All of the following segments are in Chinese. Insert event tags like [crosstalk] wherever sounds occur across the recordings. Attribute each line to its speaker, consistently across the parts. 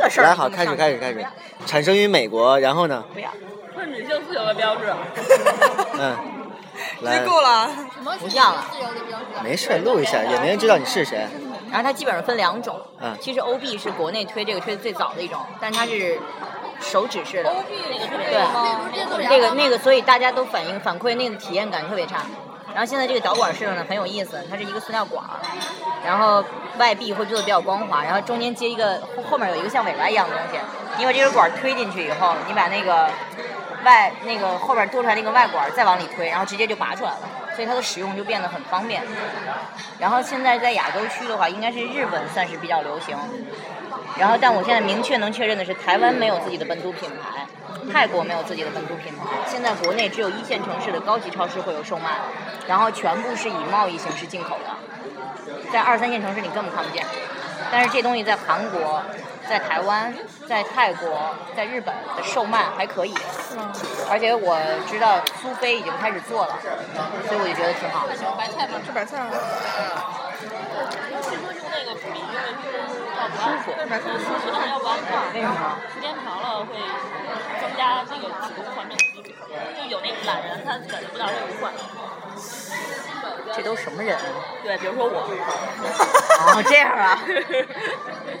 Speaker 1: 这事儿
Speaker 2: 来，好，开始，开始，开始。产生于美国，然
Speaker 1: [laughs]
Speaker 2: 后呢？
Speaker 3: [laughs]
Speaker 1: 不要，
Speaker 3: 这是女性自由的标志。
Speaker 2: 嗯，
Speaker 1: [laughs]
Speaker 2: 来
Speaker 4: 这，够了，
Speaker 5: 什么是
Speaker 1: 不要了
Speaker 5: 自由的标志啊？
Speaker 2: 没事，录一
Speaker 1: [laughs]
Speaker 2: 下，也没人知道你是谁。
Speaker 1: 然后它基本上分两种，
Speaker 2: 嗯
Speaker 1: 其实 OB 是国内推这个推的最早的一种，但它是手指式的。
Speaker 3: 欧币那个是
Speaker 1: 对
Speaker 3: 这个吗？
Speaker 5: 这不是
Speaker 1: 那个那个，所以大家都反映反馈那个体验感特别差。然后现在这个导管式的呢很有意思，它是一个塑料管儿，然后外壁会做的比较光滑，然后中间接一个后后面有一个像尾巴一样的东西，你把这根管儿推进去以后，你把那个外那个后边多出来那个外管儿再往里推，然后直接就拔出来了，所以它的使用就变得很方便。然后现在在亚洲区的话，应该是日本算是比较流行。然后，但我现在明确能确认的是，台湾没有自己的本土品牌，泰国没有自己的本土品牌。现在国内只有一线城市的高级超市会有售卖，然后全部是以贸易形式进口的，在二三线城市你根本看不见。但是这东西在韩国、在台湾、在泰国、在日本的售卖还可以，而且我知道苏菲已经开始做了，所以我就觉得挺好。
Speaker 5: 白菜吗？
Speaker 4: 这白菜吗？
Speaker 3: 据说用那个笔用的是要不
Speaker 1: 舒服
Speaker 3: 要
Speaker 4: 白菜
Speaker 3: 舒服，然后要不然
Speaker 1: 为什么？
Speaker 3: 时间长了会增加那个子宫环症机制，就有那种懒人他感觉不到这个管。
Speaker 1: 这都什么人啊？
Speaker 3: 对，比如说我，
Speaker 1: 哦，这样啊？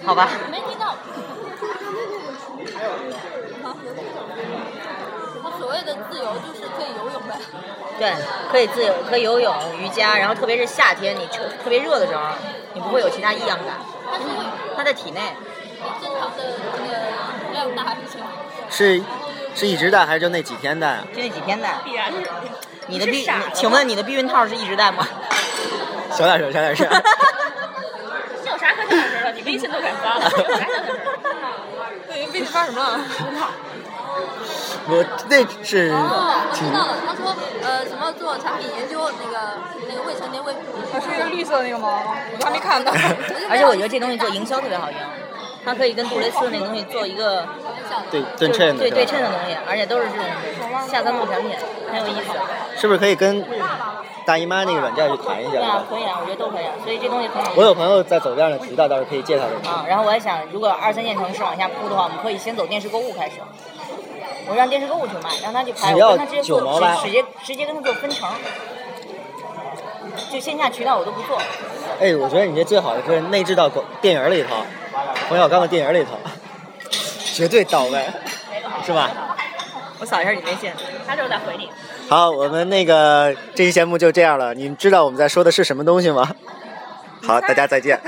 Speaker 1: 好吧。
Speaker 5: 没听到。他所谓的自由就是可以游泳呗，
Speaker 1: 对，可以自由，可以游泳、瑜伽，然后特别是夏天，你特特别热的时候，你不会有其他异样感。
Speaker 5: 它是会
Speaker 1: 它在体内，
Speaker 5: 比正常的这个量大一些。
Speaker 2: 是是一直戴还是就那几天戴？
Speaker 1: 就那几天戴。
Speaker 3: 必然是
Speaker 1: 你的
Speaker 3: 是
Speaker 1: 避
Speaker 3: 傻子，吗
Speaker 1: 请
Speaker 2: 啊
Speaker 1: 问你的避孕套是一直戴吗？
Speaker 2: 小点声，小
Speaker 1: [laughs]
Speaker 2: 点声。
Speaker 3: 这有啥可想知的？你微信都敢发了，有啥想知的？
Speaker 4: 对，微信发什么了？
Speaker 2: 我那是
Speaker 5: 哦，我知
Speaker 2: 挺
Speaker 5: 道了，他说呃什么做产品研究那个那个未成年未
Speaker 4: 啊是一个绿色的那个吗？我都还没看到。
Speaker 1: [laughs] 而且我觉得这东西做营销特别好用，它可以跟杜蕾斯那个东西做一个
Speaker 2: 对对称的，
Speaker 1: 对
Speaker 2: 是
Speaker 1: 对
Speaker 2: 吧？
Speaker 1: 称的东西，而且都是这种下三路产品，很有意思。
Speaker 2: 是不是可以跟大姨妈那个软件去谈一
Speaker 1: 对啊
Speaker 2: 下？，
Speaker 1: 可以啊，我觉得都可以啊，所以这东西很好
Speaker 2: 我
Speaker 1: 用。
Speaker 2: 有朋友在走量的提到，到时候可以介绍给你。
Speaker 1: 啊，然后我也想，如果二三线城市往下铺的话，我们可以先走电视购物开始。我让电视购物去卖，让他去拍，
Speaker 2: 只
Speaker 1: 我
Speaker 2: 要
Speaker 1: 跟他直接做，
Speaker 2: 9毛八
Speaker 1: 直直接直接跟他做分成，就线下渠道我都不做。
Speaker 2: 哎，我觉得你这最好的是内置到广电影里头，冯小刚的电影里头，绝对到位，是吧？
Speaker 1: 我扫一下你微信，
Speaker 3: 他就是在回你。
Speaker 2: 好，我们那个这期节目就这样了。你们知道我们在说的是什么东西吗？好，大家再见。